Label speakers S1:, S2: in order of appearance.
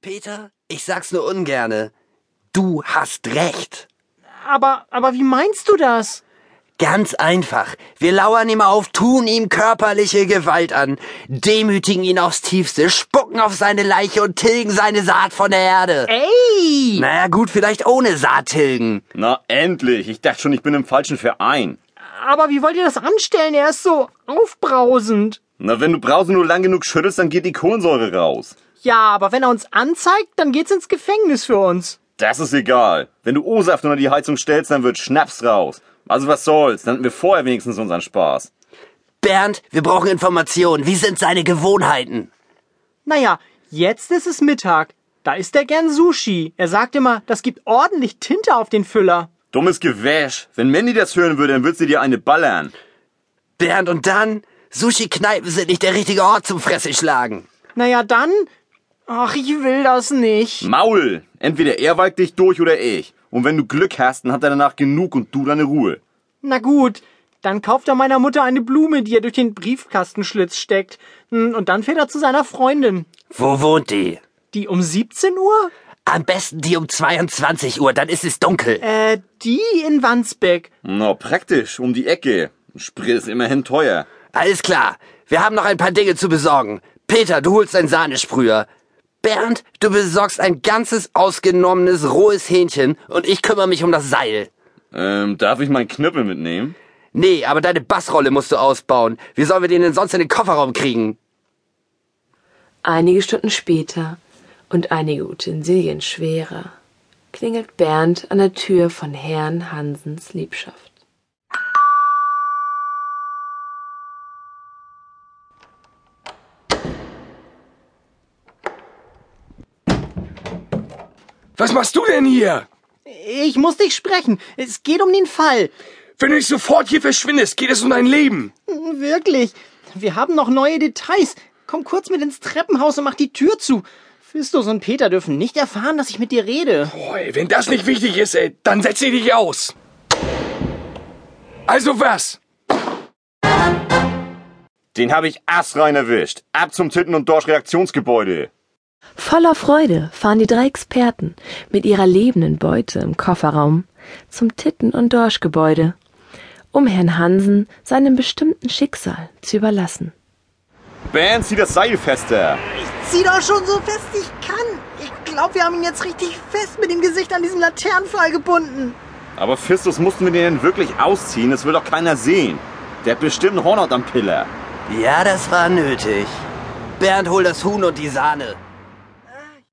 S1: Peter, ich sag's nur ungerne. Du hast recht.
S2: Aber, aber wie meinst du das?
S1: Ganz einfach. Wir lauern ihm auf, tun ihm körperliche Gewalt an, demütigen ihn aufs Tiefste, spucken auf seine Leiche und tilgen seine Saat von der Erde.
S2: Ey!
S1: Naja gut, vielleicht ohne Saat tilgen.
S3: Na endlich, ich dachte schon, ich bin im falschen Verein.
S2: Aber wie wollt ihr das anstellen? Er ist so aufbrausend.
S3: Na, wenn du Brause nur lang genug schüttelst, dann geht die Kohlensäure raus.
S2: Ja, aber wenn er uns anzeigt, dann geht's ins Gefängnis für uns.
S3: Das ist egal. Wenn du O-Saft unter die Heizung stellst, dann wird Schnaps raus. Also was soll's, dann hatten wir vorher wenigstens unseren Spaß.
S1: Bernd, wir brauchen Informationen. Wie sind seine Gewohnheiten?
S2: Naja, jetzt ist es Mittag. Da isst er gern Sushi. Er sagt immer, das gibt ordentlich Tinte auf den Füller.
S3: Dummes Gewäsch. Wenn Mandy das hören würde, dann würde sie dir eine ballern.
S1: Bernd, und dann? Sushi-Kneipen sind nicht der richtige Ort zum Fresse schlagen.
S2: Naja, dann. Ach, ich will das nicht.
S3: Maul! Entweder er weigt dich durch oder ich. Und wenn du Glück hast, dann hat er danach genug und du deine Ruhe.
S2: Na gut, dann kauft er meiner Mutter eine Blume, die er durch den Briefkastenschlitz steckt. Hm, Und dann fährt er zu seiner Freundin.
S1: Wo wohnt die?
S2: Die um 17 Uhr?
S1: Am besten die um 22 Uhr, dann ist es dunkel.
S2: Äh, die in Wandsbek.
S3: Na, praktisch, um die Ecke. Sprit ist immerhin teuer.
S1: Alles klar. Wir haben noch ein paar Dinge zu besorgen. Peter, du holst ein Sahnesprüher. Bernd, du besorgst ein ganzes ausgenommenes rohes Hähnchen und ich kümmere mich um das Seil.
S3: Ähm, darf ich meinen Knüppel mitnehmen?
S1: Nee, aber deine Bassrolle musst du ausbauen. Wie sollen wir den denn sonst in den Kofferraum kriegen?
S4: Einige Stunden später und einige Utensilien schwerer klingelt Bernd an der Tür von Herrn Hansens Liebschaft.
S5: Was machst du denn hier?
S2: Ich muss dich sprechen. Es geht um den Fall.
S5: Wenn du nicht sofort hier verschwindest, geht es um dein Leben.
S2: Wirklich. Wir haben noch neue Details. Komm kurz mit ins Treppenhaus und mach die Tür zu. Fistus und Peter dürfen nicht erfahren, dass ich mit dir rede.
S5: Boah, ey, wenn das nicht wichtig ist, ey, dann setz ich dich aus. Also was?
S3: Den habe ich assrein erwischt. Ab zum Titten- und Dorsch-Redaktionsgebäude.
S4: Voller Freude fahren die drei Experten mit ihrer lebenden Beute im Kofferraum zum Titten- und Dorschgebäude, um Herrn Hansen seinem bestimmten Schicksal zu überlassen.
S3: Band, zieh das Seil fester.
S2: Zieh doch schon so fest ich kann. Ich glaube, wir haben ihn jetzt richtig fest mit dem Gesicht an diesen Laternenpfahl gebunden.
S3: Aber Fistus, mussten wir den denn wirklich ausziehen? Das will doch keiner sehen. Der hat bestimmt einen Hornhaut am Piller.
S1: Ja, das war nötig. Bernd, hol das Huhn und die Sahne.